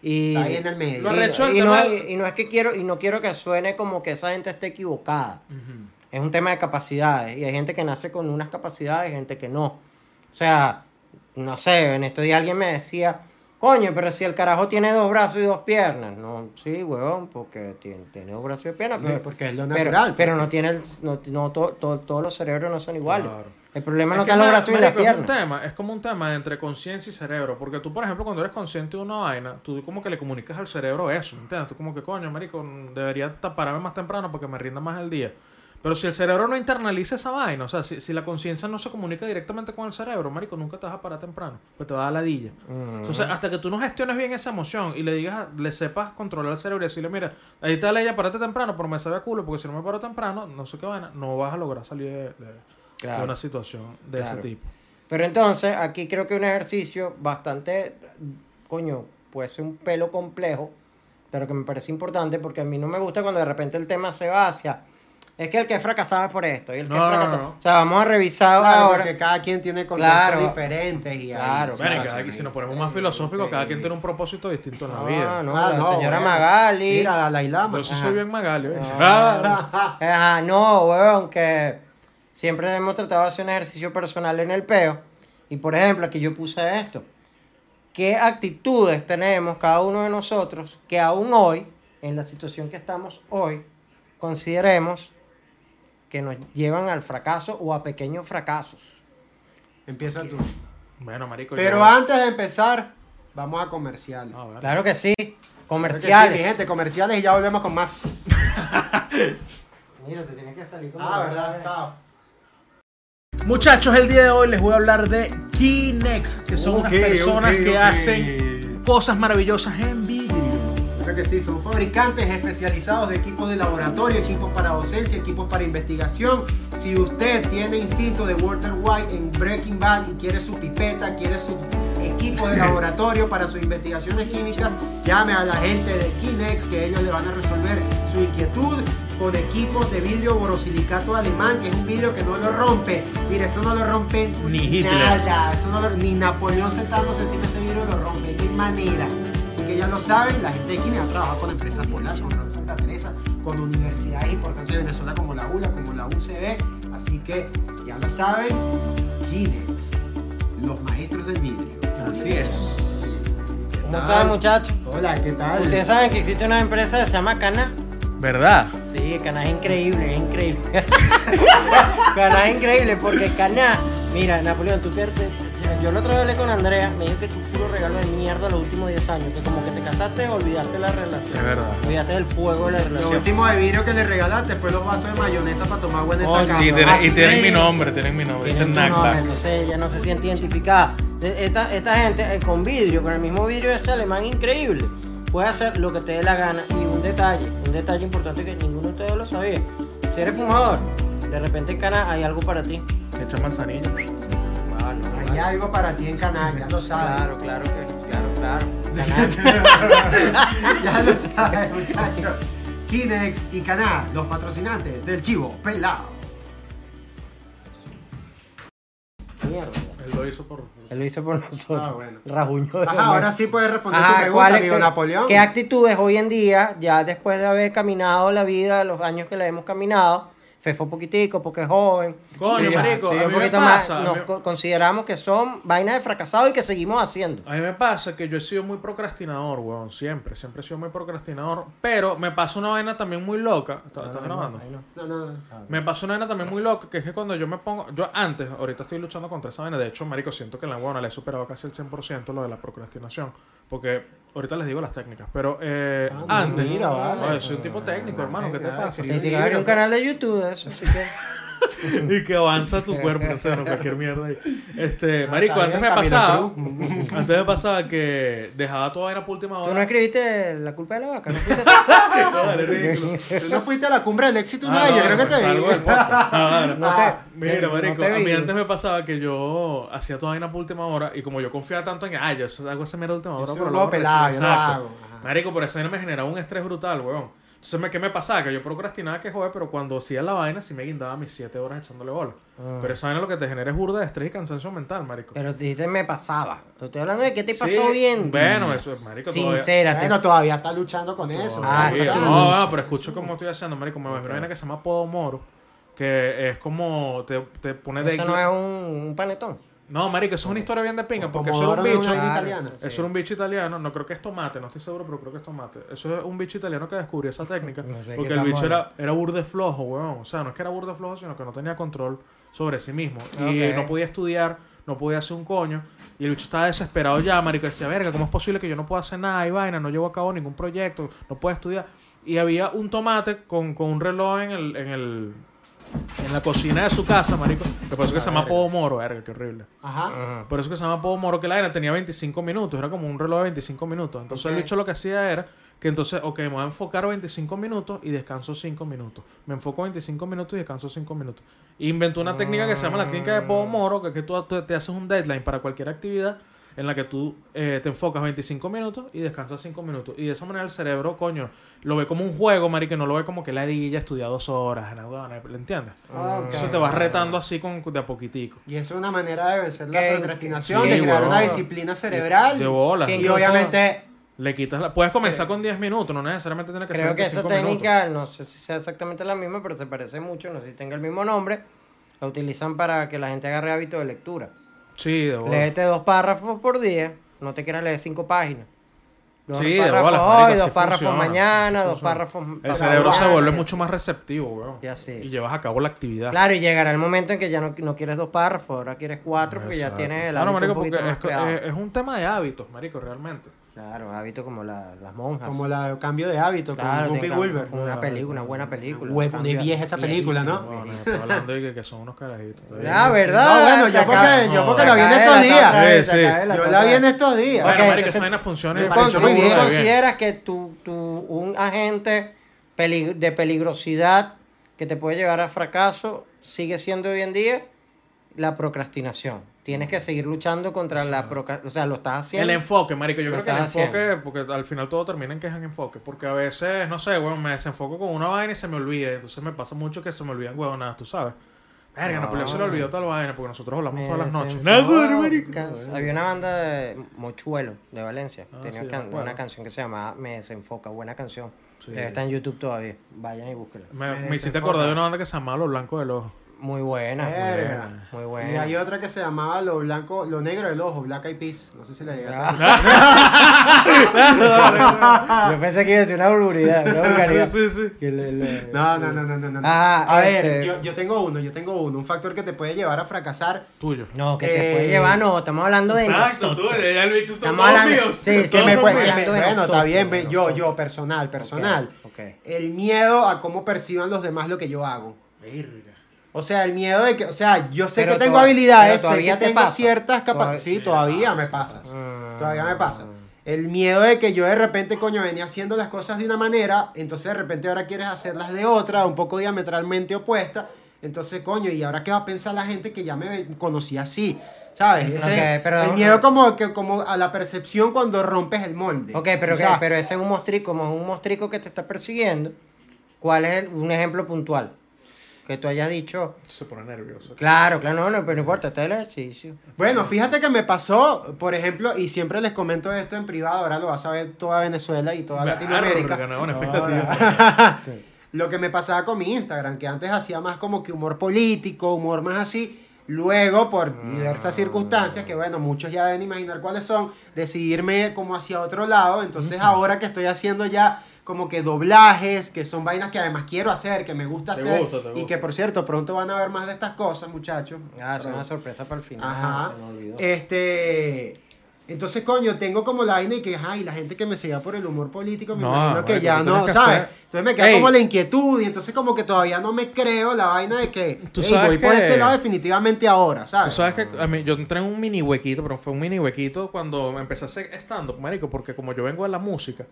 y
Está ahí en el medio.
Lo arrecho del
y, no,
tema-
y- y no es que quiero y no quiero que suene como que esa gente esté equivocada.
Ujú.
Es un tema de capacidades y hay gente que nace con unas capacidades y gente que no. O sea, no sé, en estos días alguien me decía, coño, pero si el carajo tiene dos brazos y dos piernas. No, sí, huevón, porque tiene, tiene dos brazos y dos piernas.
No,
pero,
porque es lo
pero-
natural. pues.
Pero, no tiene, el, no, no to- to- todos los cerebros no son iguales.
Claro.
El problema no
Es que,
está en los
ma-
brazos y en las
marico, es un
piernas.
tema, es como un tema entre conciencia y cerebro. Porque tú, por ejemplo, cuando eres consciente de una vaina, tú como que le comunicas al cerebro eso, ¿entiendes? Tú como que, coño, marico, debería ta- pararme más temprano porque me rinda más el día. Pero si el cerebro no internaliza esa vaina, o sea, si, si la conciencia no se comunica directamente con el cerebro, marico, nunca te vas a parar temprano, pues te va a dar ladilla.
Mm.
Entonces, hasta que tú no gestiones bien esa emoción y le digas, a- le sepas controlar el cerebro y decirle, mira, ahí está la ella, parate temprano, pero me sabe a culo, porque si no me paro temprano, no sé qué vaina, no vas a lograr salir de, de- de
Claro.
una situación de
Claro.
ese tipo.
Pero entonces, aquí creo que un ejercicio bastante, coño, puede ser un pelo complejo, pero que me parece importante porque a mí no me gusta cuando de repente el tema se va hacia, es que el que fracasaba por esto y el que
No, no,
fracasaba.
no, no.
O sea, vamos a revisar
Claro,
ahora.
porque cada quien tiene contextos
Claro.
diferentes y hay
Claro.
situaciones
Bueno, y cada- y si nos ponemos más filosóficos,
Ok.
cada quien tiene un propósito distinto en la
Ah,
vida.
no,
Ah,
la
no,
señora
bueno.
Magali.
Mira, Dalai Lama.
Yo sí soy bien magalio. ¿eh?
Ajá, Ah, no, weón, que siempre hemos tratado de hacer un ejercicio personal en el peo. Y por ejemplo, aquí yo puse esto. ¿Qué actitudes tenemos cada uno de nosotros que aún hoy, en la situación que estamos hoy, consideremos que nos llevan al fracaso o a pequeños fracasos?
*laughs* Empieza tú.
Bueno, marico.
Pero
yo-
antes de empezar, vamos a comerciales.
No, a ver.
Claro que sí,
Creo que sí, mi
comerciales.
gente, comerciales y ya volvemos con más.
Mira, te tienes que salir como
ah,
la
verdad,
vez.
chao.
Muchachos, el día de hoy les voy a hablar de Kinex, que son unas personas que hacen cosas maravillosas en vidrio.
que sí, son fabricantes especializados de equipos de laboratorio, equipos para docencia, equipos para investigación. Si usted tiene instinto de Walter White en Breaking Bad y quiere su pipeta, quiere su equipo
*laughs*
de laboratorio para sus investigaciones químicas, llame a la gente de Kinex que ellos le van a resolver su inquietud con equipos de vidrio borosilicato alemán, que es un vidrio que no lo rompe. Mire, eso no lo rompe
Ni Hitler.
nada. Eso no lo- ni Napoleón sentándose encima de ese vidrio lo rompe. De manera. Así que ya lo saben, la gente de Kine ha trabajado con empresas polares, con Radio Santa Teresa, con universidades importantes de Venezuela como la ULA, como la UCB. Así que ya lo saben, Kinex, los maestros del vidrio.
Así es.
¿Qué
¿Cómo
tal?
están, muchachos?
Hola, ¿qué tal?
Ustedes saben que existe una empresa que se llama Cana.
¿Verdad?
Sí, Caná es increíble, es increíble. *laughs* Caná es increíble porque Caná, mira, Napoleón, tú que te- yo la otra vez hablé con Andrea, me dijo que tú puro regalo de mierda los últimos 10 años, que como que te casaste, olvidaste la relación.
Es verdad.
Olvidaste del fuego de la
Lo
relación.
último de vidrio que le regalaste fue los vasos de mayonesa para tomar agua en esta
Oh,
casa.
Y, tiene-
Ah,
y
sí.
tienen mi nombre, tienen mi nombre.
Tienen
Dicen
tu nombre,
Nakba.
entonces ella no se siente identificada. E- Esta, esta gente eh, con vidrio, con el mismo vidrio ese alemán increíble, puede hacer lo que te dé la gana. Y un detalle, un detalle importante que ninguno de ustedes lo sabía. Si eres fumador, de repente en Cana hay algo para ti.
Echa manzanilla.
Hay algo para ti en Canal, ya lo sabes.
Claro, claro que, claro,
*laughs*
claro.
ya lo sabes, muchachos. Kinex y Canal, los patrocinantes del Chivo Pelado.
Mierda.
Él lo hizo por.
Él lo hizo por nosotros.
Ah, bueno.
Rajuño. de
Ajá, ahora
amor.
sí puedes responder
Ajá,
tu
¿cuál
pregunta,
es-
amigo
qué-
Napoleón.
¿Qué actitudes hoy en día, ya después de haber caminado la vida, los años que la hemos caminado, Fefo un poquitico porque es joven.
Coño,
ya,
marico,
sí,
a
un
mí me
poquito más,
pasa, a
nos
mí-
co- consideramos que son vainas de fracasado y que seguimos haciendo.
Ah,
A mí me pasa que yo he sido muy procrastinador, weón. Siempre, siempre he sido muy procrastinador. Pero me pasa una vaina también muy loca. ¿Estás estás grabando?
Ay, no.
No,
Ah,
no, no.
Me pasó una vaina también muy loca, que es que cuando yo me pongo... Yo antes, ahorita estoy luchando contra esa vaina. De hecho, marico, siento que en la buena le he superado casi el 100% lo de la procrastinación. Porque ahorita les digo las técnicas. Pero eh,
Ah,
antes...
mira, vale.
Oye, soy un tipo técnico, hermano. ¿Qué te
Ah,
pasa?
sí.
Te- te va a abrir un canal de YouTube de eso, así que-
y que avanza tu cuerpo, no sé, no, cualquier mierda ahí.
Ah,
Este, marico,
está
antes me
bien,
pasaba...
Camilo
antes me pasaba que dejaba toda vaina por última
Tú
hora.
Ah.
no escribiste La culpa de la
*laughs*
vaca, no fuiste
No, eres ridículo.
Tú Ah, no fuiste a la cumbre del éxito una
Ah,
vez, yo
no,
creo que
pues
me
te *laughs*
salgo del
vi.
podcast. Ah, vale.
No te-
Ah, Mira,
no
marico,
te
a mí
vi.
antes me pasaba que yo hacía toda vaina por última hora y como yo confiaba tanto en que, ay, yo hago esa mierda a última hora,
soy
pero
un
lo hago
huevo
rechazado".
pelado, yo lo
Exacto.
hago. Ajá.
Marico, por esa vaina me generaba un estrés brutal, weón. Entonces, ¿me- ¿qué me pasaba? Que yo procrastinaba que joder, pero cuando hacía la vaina sí me guindaba mis 7 horas echándole bola.
Ah.
Pero esa vaina lo que te genera es burda de estrés y cansancio mental, marico.
Pero dijiste, me pasaba. Te estoy hablando de qué te
Sí,
pasó bien.
Bueno, eso, marico, todavía-
Sincérate.
Bueno, todavía está luchando con eso.
Ah,
¿no?
esa
Sí,
es tu
no,
lucha.
bueno, pero escucho cómo estoy haciendo, marico. Me bajé una vaina que se llama Podo Moro, que es como te, te pone de...
Eso no es un, un panetón.
No, marico, eso es una historia bien de pinga, porque eso era
Pomodoro no
un
es
bicho...
una vaina
claro.
italiana.
Eso era un bicho italiano, no creo que es tomate, no estoy seguro, pero creo que es tomate. Eso es un bicho italiano que descubrió esa técnica.
*laughs* No sé
porque
qué
el bicho
tamaño.
era, era burde flojo, weón. O sea, no es que era burde flojo, sino que no tenía control sobre sí mismo. Y
Ok.
no podía estudiar, no podía hacer un coño. Y el bicho estaba desesperado ya, marico. Decía, verga, ¿cómo es posible que yo no pueda hacer nada y vaina? No llevo a cabo ningún proyecto, no puedo estudiar. Y había un tomate con, con un reloj en el, en el... En la cocina de su casa, marico. Que por eso que se
Ah,
llama Podo Moro, verga, qué horrible.
Ajá.
Por eso que se llama Podo Moro, que la era tenía 25 minutos, era como un reloj de 25 minutos. Entonces
Ok.
el bicho lo que hacía era que entonces, ok, me voy a enfocar 25 minutos y descanso 5 minutos. Me enfoco 25 minutos y descanso 5 minutos. Inventó una técnica que se llama la técnica de Podo Moro, que es que tú te, te haces un deadline para cualquier actividad en la que tú eh, te enfocas 25 minutos y descansas 5 minutos. Y de esa manera el cerebro, coño, lo ve como un juego, marico, y no lo ve como que la dilla estudia dos horas, en ¿le entiendes?
Ok.
Entonces te vas retando así con, de a poquitico.
Y eso es una manera de vencer la
Que-
procrastinación,
sí,
de crear
weón.
una disciplina cerebral.
De bola.
y
Incluso-
obviamente
Le quitas la... Puedes comenzar con 10 minutos, no necesariamente tiene que ser
Creo que esa
25 minutos.
técnica, no sé si sea exactamente la misma, pero se parece mucho, no sé si tenga el mismo nombre. La utilizan para que la gente agarre hábito de lectura.
Ah, Sí, de bola.
Léete dos párrafos por día, no te quieras leer cinco páginas. Dos
Sí, de
párrafos
bolas,
hoy,
marico,
dos
así
párrafos
funciona,
mañana,
así
dos
funciona.
párrafos.
El
pasado
cerebro se
mañana,
vuelve
y así.
mucho más receptivo, weón.
Ya sé.
Y llevas a cabo la actividad.
Claro, y llegará el momento en que ya no, no quieres dos párrafos, ahora quieres cuatro porque ya
Exacto.
tienes el
Ah, no,
hábito
marico,
un poquito
porque
más
es, eh, que-
creado.
es- es un tema de hábitos, marico, realmente.
Claro, hábito como la- las monjas.
Como la cambio de hábito
Claro,
con Whoopi
tenga-
Wilber.
Una película, una buena película.
Huevo de
Cambia-
vieja esa película, ¿no?
viejísima,
Bueno,
viejísima.
está hablando de que, que son unos carajitos. todavía.
*laughs* Ah, ¿verdad?
No, bueno, yo
Se
porque-
acaba-
yo porque
se
la vi en
acaba
estos
la
días.
otra vez,
Sí,
se
sí.
acaba la
Yo
otra
la vi
vez.
en estos días.
Bueno,
Ok,
marico,
entonces-
esa vaina funciona.
Me
y
pareció
Entonces,
muy
burda de
bien.
¿tú
bien.
consideras que tu, tu- un agente peli- de peligrosidad que te puede llevar a fracaso sigue siendo hoy en día la procrastinación? Tienes que seguir luchando contra la procrastinación. O sea, lo estás
El
haciendo.
enfoque, marico, yo
Lo
creo que el
estás
enfoque,
haciendo.
porque al final todo termina en que es en enfoque, porque a veces, no sé, weón, me desenfoco con una vaina y se me olvida, entonces me pasa mucho que se me olvidan huevonadas, tú sabes. Verga, no, pero yo se le olvidó tal vaina, porque nosotros hablamos
Me
todas las noches.
desenfocas.
No, bueno, marico.
Había una banda de Mochuelo de Valencia.
Ah,
Tenía
sí,
can-
me acuerdo.
una canción que se llamaba Me desenfoca. Buena canción.
Sí.
Debe estar en YouTube todavía. Vayan y búsquenla.
Me, me hiciste
desenfoca.
acordar de una banda que se llamaba Los Blancos del Ojo.
Muy buena.
Verga.
Muy
Y
buena.
hay otra que se llamaba Lo Blanco, Lo Negro del Ojo, Black Eyed Peas. No sé si la llegaste.
Ah.
a
*laughs* Yo pensé que iba a decir una vulgaridad. *laughs* Una vulgaridad.
sí, sí.
Que le- le-
No, no, no, no, no. no.
Ajá,
a ver,
este-
yo, yo tengo uno, yo tengo uno. Un factor que te puede llevar a fracasar.
Tuyo.
No, que te
Eh,
puede llevar, no, estamos hablando de
tú, ya el bicho
Estamos todos hablando- míos. sí, sí,
Que me
son
puede-
míos.
que me-
Hablando de
bueno, está
nosotros,
bien,
de
ve- yo,
nosotros.
yo, personal, personal.
Ok, ok.
El miedo a cómo perciban los demás lo que yo hago. O sea, el miedo de que, o sea, yo sé
Pero
que tengo
toda-
habilidades,
pero
sé
todavía
que
te
tengo
pasa.
ciertas
Todavía-
capacidades. Sí, todavía me pasa.
Mm.
Todavía me pasa. El miedo de que yo de repente, coño, venía haciendo las cosas de una manera, entonces de repente ahora quieres hacerlas de otra, un poco diametralmente opuesta. Entonces, coño, ¿y ahora qué va a pensar la gente que ya me ve- conocí así? ¿Sabes? Ese-
Ok, pero-
el miedo como, que, como a la percepción cuando rompes el molde.
Ok, pero,
O
que-
sea,
pero ese es un mostrico, como un mostrico que te está persiguiendo. ¿Cuál es el- un ejemplo puntual? Que tú hayas dicho.
Se pone nervioso.
Claro, claro, no, no, pero no importa, está el ejercicio.
Bueno, fíjate que me pasó, por ejemplo, y siempre les comento esto en privado, ahora lo vas a ver toda Venezuela y toda Latinoamérica.
Verga, no, una
Ahora.
expectativa.
Lo que me pasaba con mi Instagram, que antes hacía más como que humor político, humor más así. Luego, por
Ah.
diversas circunstancias, que bueno, muchos ya deben imaginar cuáles son, decidirme como hacia otro lado. Entonces, ahora que estoy haciendo ya como que doblajes, que son vainas que además quiero hacer, que me gusta
Te
hacer.
gusta, te
Y
gusta.
que, por cierto, pronto van a ver más de estas cosas, muchachos.
Ah, es
Pronto.
una sorpresa para el final.
Ajá.
Ah, se me olvidó.
Este. Entonces, coño, tengo como la vaina y que, ay, la gente que me seguía por el humor político, me
No,
imagino que
marico,
ya
tú
no,
tienes que
¿sabes?
hacer-
Entonces me queda
Ey.
como la inquietud y entonces como que todavía no me creo la vaina de que,
Tú
"Ey,
sabes
voy por
que-
este lado definitivamente ahora,
Tú
¿sabes?
sabes que a mí, yo entré en un mini huequito, pero fue un mini huequito cuando empecé a hacer stand-up, marico, porque como yo vengo de la música,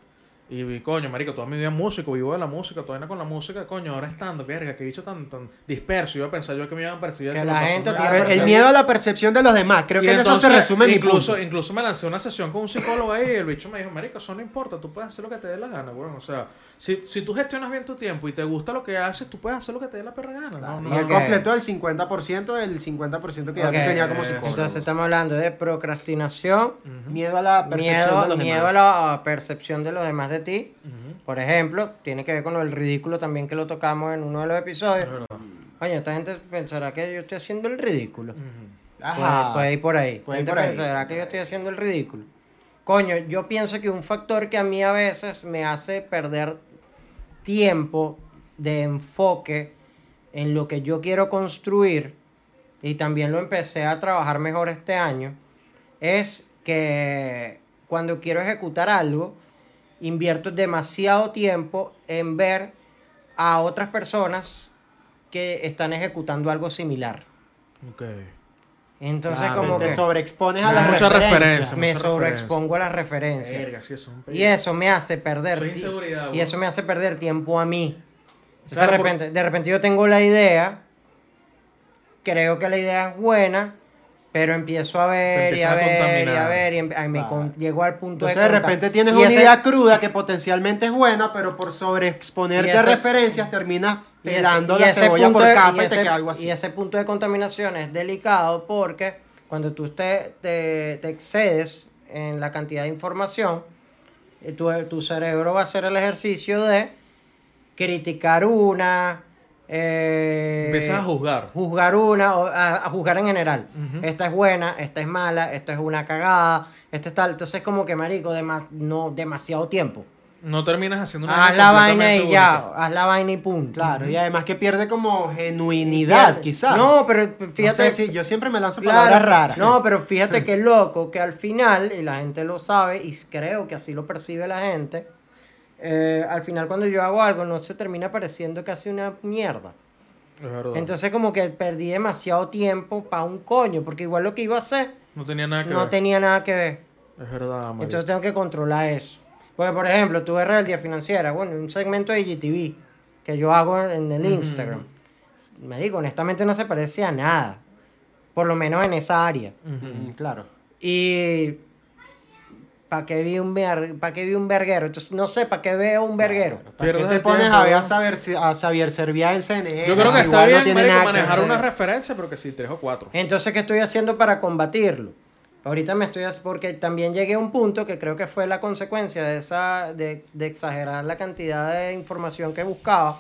y vi, coño, marico, toda mi vida músico, vivo de la música, toda vaina con la música, coño, ahora stand-up, verga, que bicho tan, tan disperso, iba a pensar yo que me iban a percibir.
Que
eso
la
me pasó
gente
una
te-
A
vez.
ver, el
Sí.
miedo a la percepción de los demás, creo
Y
que en eso se
entonces,
resume mi
incluso,
punto.
incluso me lancé una sesión con un psicólogo ahí y el bicho me dijo, marico, eso no importa, tú puedes hacer lo que te dé la gana, weón. O sea, si, si tú gestionas bien tu tiempo y te gusta lo que haces, tú puedes hacer lo que te dé la perra gana. No,
Y
no,
Ok.
él completó el 50% del 50% que ya
Ok,
tú tenía como
eh,
psicólogo.
Entonces estamos hablando de procrastinación,
miedo a la percepción de
miedo,
los
miedo
demás.
a la percepción de los demás de ti.
Ujú.
Por ejemplo, tiene que ver con lo del ridículo también que lo tocamos en uno de los episodios.
Es verdad.
Coño, esta gente pensará que yo estoy haciendo el ridículo.
Ujú.
Ajá.
Puede, puede ir por ahí.
Puede ir
gente
por ahí.
pensará que yo estoy haciendo el ridículo. Coño, yo pienso que un factor que a mí a veces me hace perder tiempo de enfoque en lo que yo quiero construir, y también lo empecé a trabajar mejor este año, es que cuando quiero ejecutar algo, invierto demasiado tiempo en ver a otras personas que están ejecutando algo similar.
Ok.
Entonces,
Claro,
como
te
que
sobreexpones a
Claro.
las
Muchas
referencias.
referencias.
me
muchas
sobreexpongo a las referencias.
referencias. Verga, sí, eso es un
Y
peligro.
eso me hace perder.
Eso es
ti-
inseguridad,
Y
güey.
eso me hace perder tiempo a mí. Entonces,
Claro,
de,
por-
repente, de repente yo tengo la idea, creo que la idea es buena, pero empiezo a ver y
empiezas
a
a
ver y a
contaminar.
ver y em- ay, me
Claro.
con- llego al punto
Entonces de
contam-
repente tienes
y
una
ese-
idea cruda que potencialmente es buena, pero por sobreexponerte
Y ese-
a referencias terminas
y ese-
pelando
y
la
ese
cebolla
punto
por
de-
capa y,
ese-
te queda algo así.
Y ese punto de contaminación es delicado porque cuando tú te, te, te excedes en la cantidad de información, eh, tu, tu cerebro va a hacer el ejercicio de criticar una, eh,
Empiezas a juzgar.
juzgar una, o a, a juzgar en general.
Ujú.
Esta es buena, esta es este mala, esta es una cagada, esta es tal. Entonces, como que marico, dema- no, demasiado tiempo.
No terminas haciendo
Ah,
una
Haz la vaina y
completamente
ya,
única.
haz la vaina y punto.
Claro, y además que pierde como genuinidad, quizás.
No, pero fíjate.
No sé si yo siempre me lanzo
Claro.
palabras raras. *laughs*
No, pero fíjate que loco que al final, y la gente lo sabe, y creo que así lo percibe la gente, eh, al final cuando yo hago algo no se termina pareciendo casi una mierda.
Es verdad.
Entonces como que perdí demasiado tiempo para un coño, porque igual lo que iba a hacer
no tenía nada que
no
ver.
tenía nada que ver.
Es verdad, marico.
Entonces tengo que controlar eso. Porque por ejemplo, tuve Rebeldía Financiera, bueno, un segmento de GTV que yo hago en- en el Instagram. Me digo, honestamente no se parece a nada, por lo menos en esa área.
Mm, Claro.
Y ¿para qué vi un ver- pa' qué vi un verguero? Entonces no sé, ¿para qué veo un verguero?
¿Para
Pierdes
qué te
el
pones
tiempo,
a ver a
weón.
Xavier, a Xavier Servia en CNN?
Yo creo que
Si
está
igual
bien,
no tiene
marico,
nada que
manejar
hacer.
una referencia, pero que sí, tres o cuatro.
Entonces, ¿qué estoy haciendo para combatirlo? Ahorita me estoy hac- porque también llegué a un punto que creo que fue la consecuencia de esa de, de exagerar la cantidad de información que buscaba,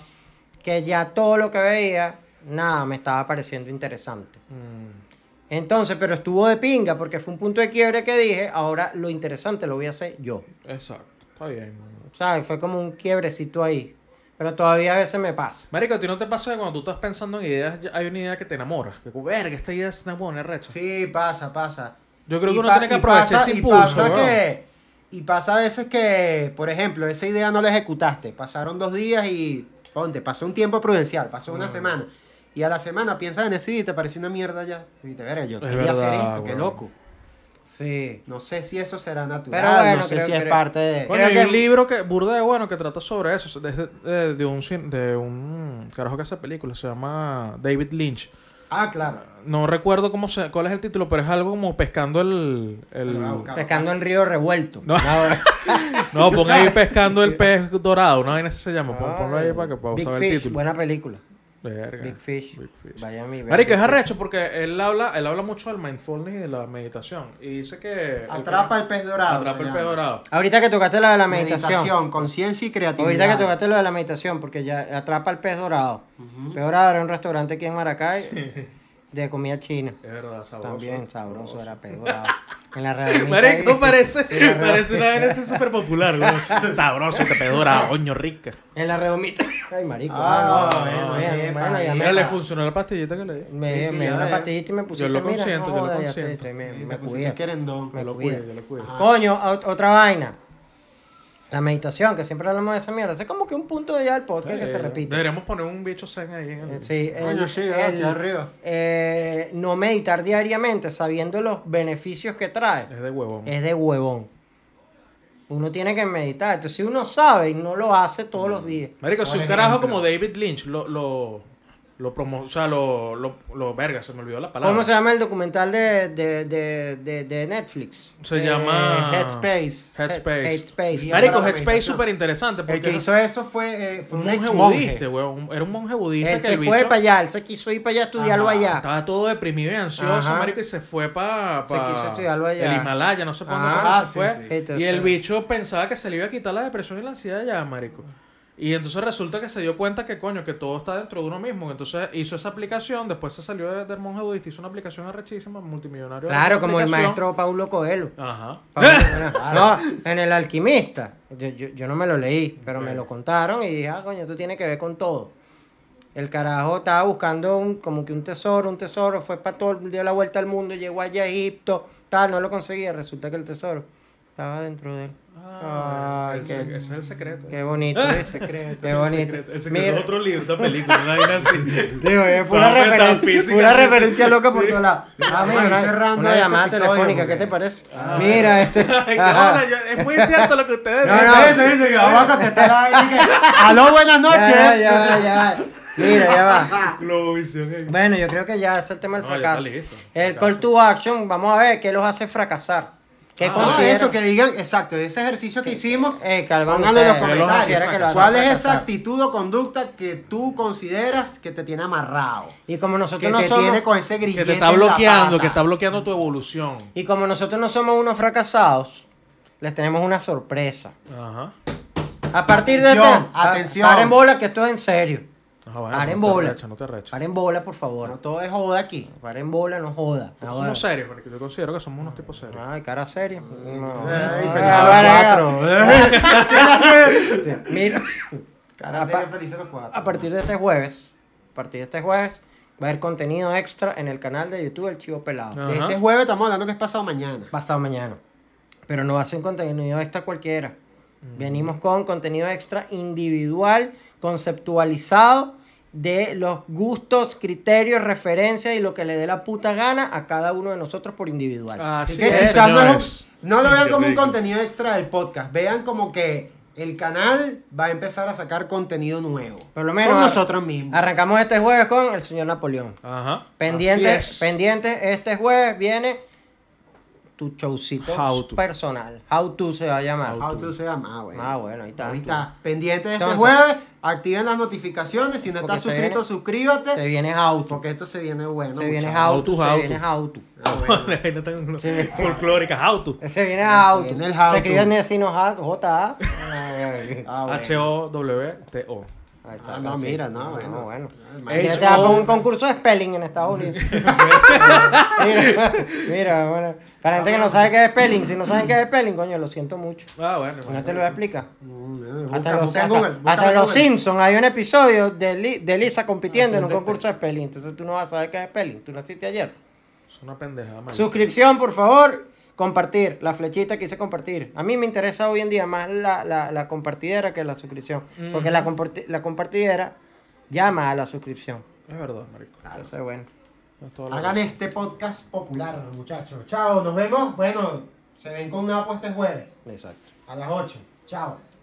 que ya todo lo que veía nada me estaba pareciendo interesante.
Mm,
Entonces, pero estuvo de pinga porque fue un punto de quiebre que dije, ahora lo interesante lo voy a hacer yo.
exacto. Está bien, marico.
O sea, fue como un quiebrecito ahí. Pero todavía a veces me pasa.
Marico, ¿a ti no te pasa que cuando tú estás pensando en ideas, ya hay una idea que te enamora? Que, verga, esta idea es una buena recha.
Sí, pasa, pasa.
Yo creo
Y
que uno
pa-
tiene que
y
aprovechar
pasa-
ese
y
impulso,
pasa
weón.
que- y pasa a veces que, por ejemplo, esa idea no la ejecutaste. Pasaron dos días y, ponte, pasó un tiempo prudencial, pasó
Mm.
una semana. Y a la semana piensas en esa idea y te parece una mierda ya. Sí, te verga, yo
Es
quería
verdad,
hacer esto, qué
weón.
loco.
Sí.
No sé si eso será natural,
Pero bueno,
no sé
creo-
si es
creo-
parte de...
Coño,
Creo
hay
que-
un libro que burda de bueno que trata sobre eso, de, de- de un cin- de un carajo que hace películas, se llama David Lynch.
Ah, claro.
No recuerdo cómo se, cuál es el título, pero es algo como pescando el, el-
Lo voy a buscar.
Pescando en río revuelto.
No.
Ahora-
*laughs* no, pon ahí pescando
*laughs*
el pez dorado, una vaina así se llama, pon, ponlo ahí para que pueda
Big
usar el
Fish,
título.
buena película.
Verga.
Big Fish.
Big Fish.
Vaya mi
Marico, es arrecho porque él habla, él habla mucho del mindfulness y de la meditación y dice que
Atrapa el pez dorado.
atrapa
se
el
llama.
pez dorado.
Ahorita que tocaste lo de la meditación.
Meditación, conciencia y creatividad.
Ahorita que tocaste lo de la meditación, porque ya atrapa el pez dorado. Pez dorado era un restaurante aquí en Maracay de comida china.
Es verdad, sabroso.
También sabroso era pez dorado. En la redondita ahí.
Marico,
*laughs*
parece,
En la, redondita-
parece una vaina súper
*laughs*
popular, güey. Sabroso, este te pedora, oño rica.
en la redondita. Ay, marico.
Ah,
ah, no,
bueno,
bueno,
jefa,
bueno, ya
Mira, le
me,
funcionó la pastillita que le di.
me,
Sí, sí,
me
ya
dio una
veo.
pastillita y me pusiste.
lo
mira,
consiento,
no
yo lo
jodas, ya
consiento. Ah.
estoy- estoy- me,
Sí,
me
te Eh, pusiste
cuida.
querendón.
Me
Yo lo
cuida.
cuido, yo lo cuido.
Coño, ot- otra vaina. La meditación, que siempre hablamos de esa mierda. Es como que un punto de ya del podcast que se
Eh,
repite.
Deberíamos poner un bicho zen ahí en
Eh,
el...
Sí, el-
Coño, sí,
el,
ah, hacia arriba.
eh, no meditar diariamente sabiendo los beneficios que trae
Es de huevón.
es de huevón. Uno tiene que meditar. Entonces, si uno sabe y no lo hace todos
Mm.
los días.
Marico, si
Por
un carajo
ejemplo.
como David Lynch lo... lo... Lo promo, o sea, lo, lo, lo- verga, se me olvidó la palabra.
¿Cómo se llama el documental de, de, de, de, de Netflix?
Se
Eh,
llama
Headspace.
Headspace.
Headspace.
Marico,
Hablaba de
Headspace es
meditación.
súper interesante porque
El que hizo eso fue, eh, fue
un
un
monje
ex
budista,
monje. *laughs*
weón. Era un monje budista
Él
que
se
el
fue
bicho
para allá, él se quiso ir para allá a estudiarlo
Ajá,
allá.
estaba todo deprimido y ansioso,
Ah. Ajá.
marico, y se fue para
Se quiso estudiarlo allá.
el Himalaya, no sé para dónde
Ah,
coño se
sí,
fue.
sí.
Entonces-
y el bicho pensaba que se le iba a quitar la depresión y la ansiedad allá, marico. Y entonces resulta que se dio cuenta que, coño, que todo está dentro de uno mismo. Entonces hizo esa aplicación, después se salió de- del monje budista, hizo una aplicación arrechísima, multimillonario.
Claro, como el
aplicación.
maestro Paulo
*laughs*
Coelho.
Ajá.
no, en el alquimista. Yo, yo- yo no me lo leí, pero me lo contaron y dije, ah, coño, tú tienes que ver con todo. El carajo estaba buscando un, como que un tesoro, un tesoro, fue para todo, dio la vuelta al mundo, llegó allá a Egipto, tal, no lo conseguía, resulta que el tesoro estaba dentro de él.
Ah,
Ay,
el
qué-
se- ese es el secreto.
Qué
*laughs*
bonito, ese secreto, qué bonito.
El secreto
Mira,
es otro libro, otra película, una vaina así.
*laughs* Digo, es pura,
Toda
referencia,
metafísica.
pura referencia loca por todos lados. Ah,
Vamos a ir
mira, una,
cerrando
una
este
llamada
episodio, Ah,
telefónica, ¿qué
porque-
te parece?
*laughs*
mira, este.
Ay, qué
ajá.
bola, yo- es muy cierto lo que ustedes
No,
dicen.
no.
Ese, ese, que vamos a contestar ahí
*laughs*
que, Aló, buenas noches.
Ya, ya
*laughs*
va, ya va. Mira, ya va.
Globovisión ahí.
Bueno, yo creo que ya es el tema del
No, ya está
fracaso.
listo.
El
Fracaso.
call to action, vamos a ver qué los hace fracasar. ¿Qué
Ah,
consideran?
eso que digan, exacto, ese ejercicio que hicimos,
Eh, que algo
pónganlo en los
ustedes, que los
comentarios.
hiciera que lo pues, hace
¿Cuál es esa
fracasar.
actitud o conducta que tú consideras que te tiene amarrado?
Y como
Que
nosotros no
te
somos
tiene con ese grillete
Que te está
en la
bloqueando,
pata?
que está bloqueando tu evolución.
y como nosotros no somos unos fracasados, les tenemos una sorpresa.
Ajá.
A partir de
Atención,
este- pa-
atención.
paren bola que esto es en serio.
Ah, bueno,
Paren
no te
bola.
arreches, no te arreches.
Paren bola, por
Bueno,
favor.
todo es joda aquí.
Paren bola, no joda.
Porque
Ahora.
somos serios, marico. Yo considero que somos unos tipos serios.
Ay, cara seria. No.
Ay,
Ah,
felices los
verga. Sí, Mira,
Cara,
Apa-
sería felices los cuatro.
a partir de este jueves, a partir de este jueves, va a haber contenido extra en el canal de YouTube El Chivo Pelado.
No.
De
Ajá.
este jueves estamos hablando que es pasado mañana.
Pasado mañana. Pero no hacen contenido extra cualquiera. Venimos con contenido extra individual, conceptualizado, de los gustos, criterios, referencias y lo que le dé la puta gana a cada uno de nosotros por individual.
Así
Así
que
es,
quizás no, es un-
señores.
no lo
Sí,
vean
qué
como un
rico.
contenido extra del podcast. Vean como que el canal va a empezar a sacar contenido nuevo.
por lo menos
Con
ar-
nosotros mismos.
Arrancamos este jueves con el señor Napoleón.
Ajá.
Pendiente,
Así es.
pendiente, este jueves viene tu showcito
How to.
personal. How to se va a llamar.
How to se llama. Ah, bueno.
Ah, bueno, ahí está.
Ahí está. Pendiente de este
Entonces-
jueves. Activen las notificaciones. Si no
Porque
estás
se
suscrito,
viene-
suscríbate.
Se viene How to.
Porque esto se viene bueno.
Se viene
muchachos.
How
How to,
to.
how
Se
to.
viene How to.
Ah, bueno.
*laughs* Vale, no tengo- Folclóricas, how to.
Se viene How to.
viene el How
Se
to.
escribe así, no J- J-A. *laughs* Ay,
Ah, bueno.
H-O-W-T-O.
ay,
Ah, no,
así.
mira, no, bueno.
Ah,
Ah,
Mira,
H-O-
te hago un concurso de spelling en Estados
*laughs*
Unidos. mira, mira, bueno. Para gente que no sabe qué es spelling, si no saben qué es spelling, coño, lo siento mucho.
Ah, bueno.
No
bueno.
te lo voy a explicar.
Mm,
Hasta
busca-
los,
busca en
hasta-
Google, busca
hasta
en
los
Google. Ah,
Simpsons hay un episodio de, Li- de Lisa compitiendo en un
Haciendo
concurso de spelling. Entonces tú no vas a saber qué es spelling. Tú naciste ayer.
Es una pendejada, marico.
Suscripción, por favor. Compartir. La flechita que hice compartir. A mí me interesa hoy en día más la, la, la compartidera que la suscripción. Porque la, comparti- la compartidera llama a la suscripción.
Es verdad, marico.
Entonces, bueno.
Es todo lo
Hagan
que-
este podcast popular, muchachos. Chao, nos vemos. Bueno, se ven con una apuesta este jueves
Exacto.
a las 8. Chao.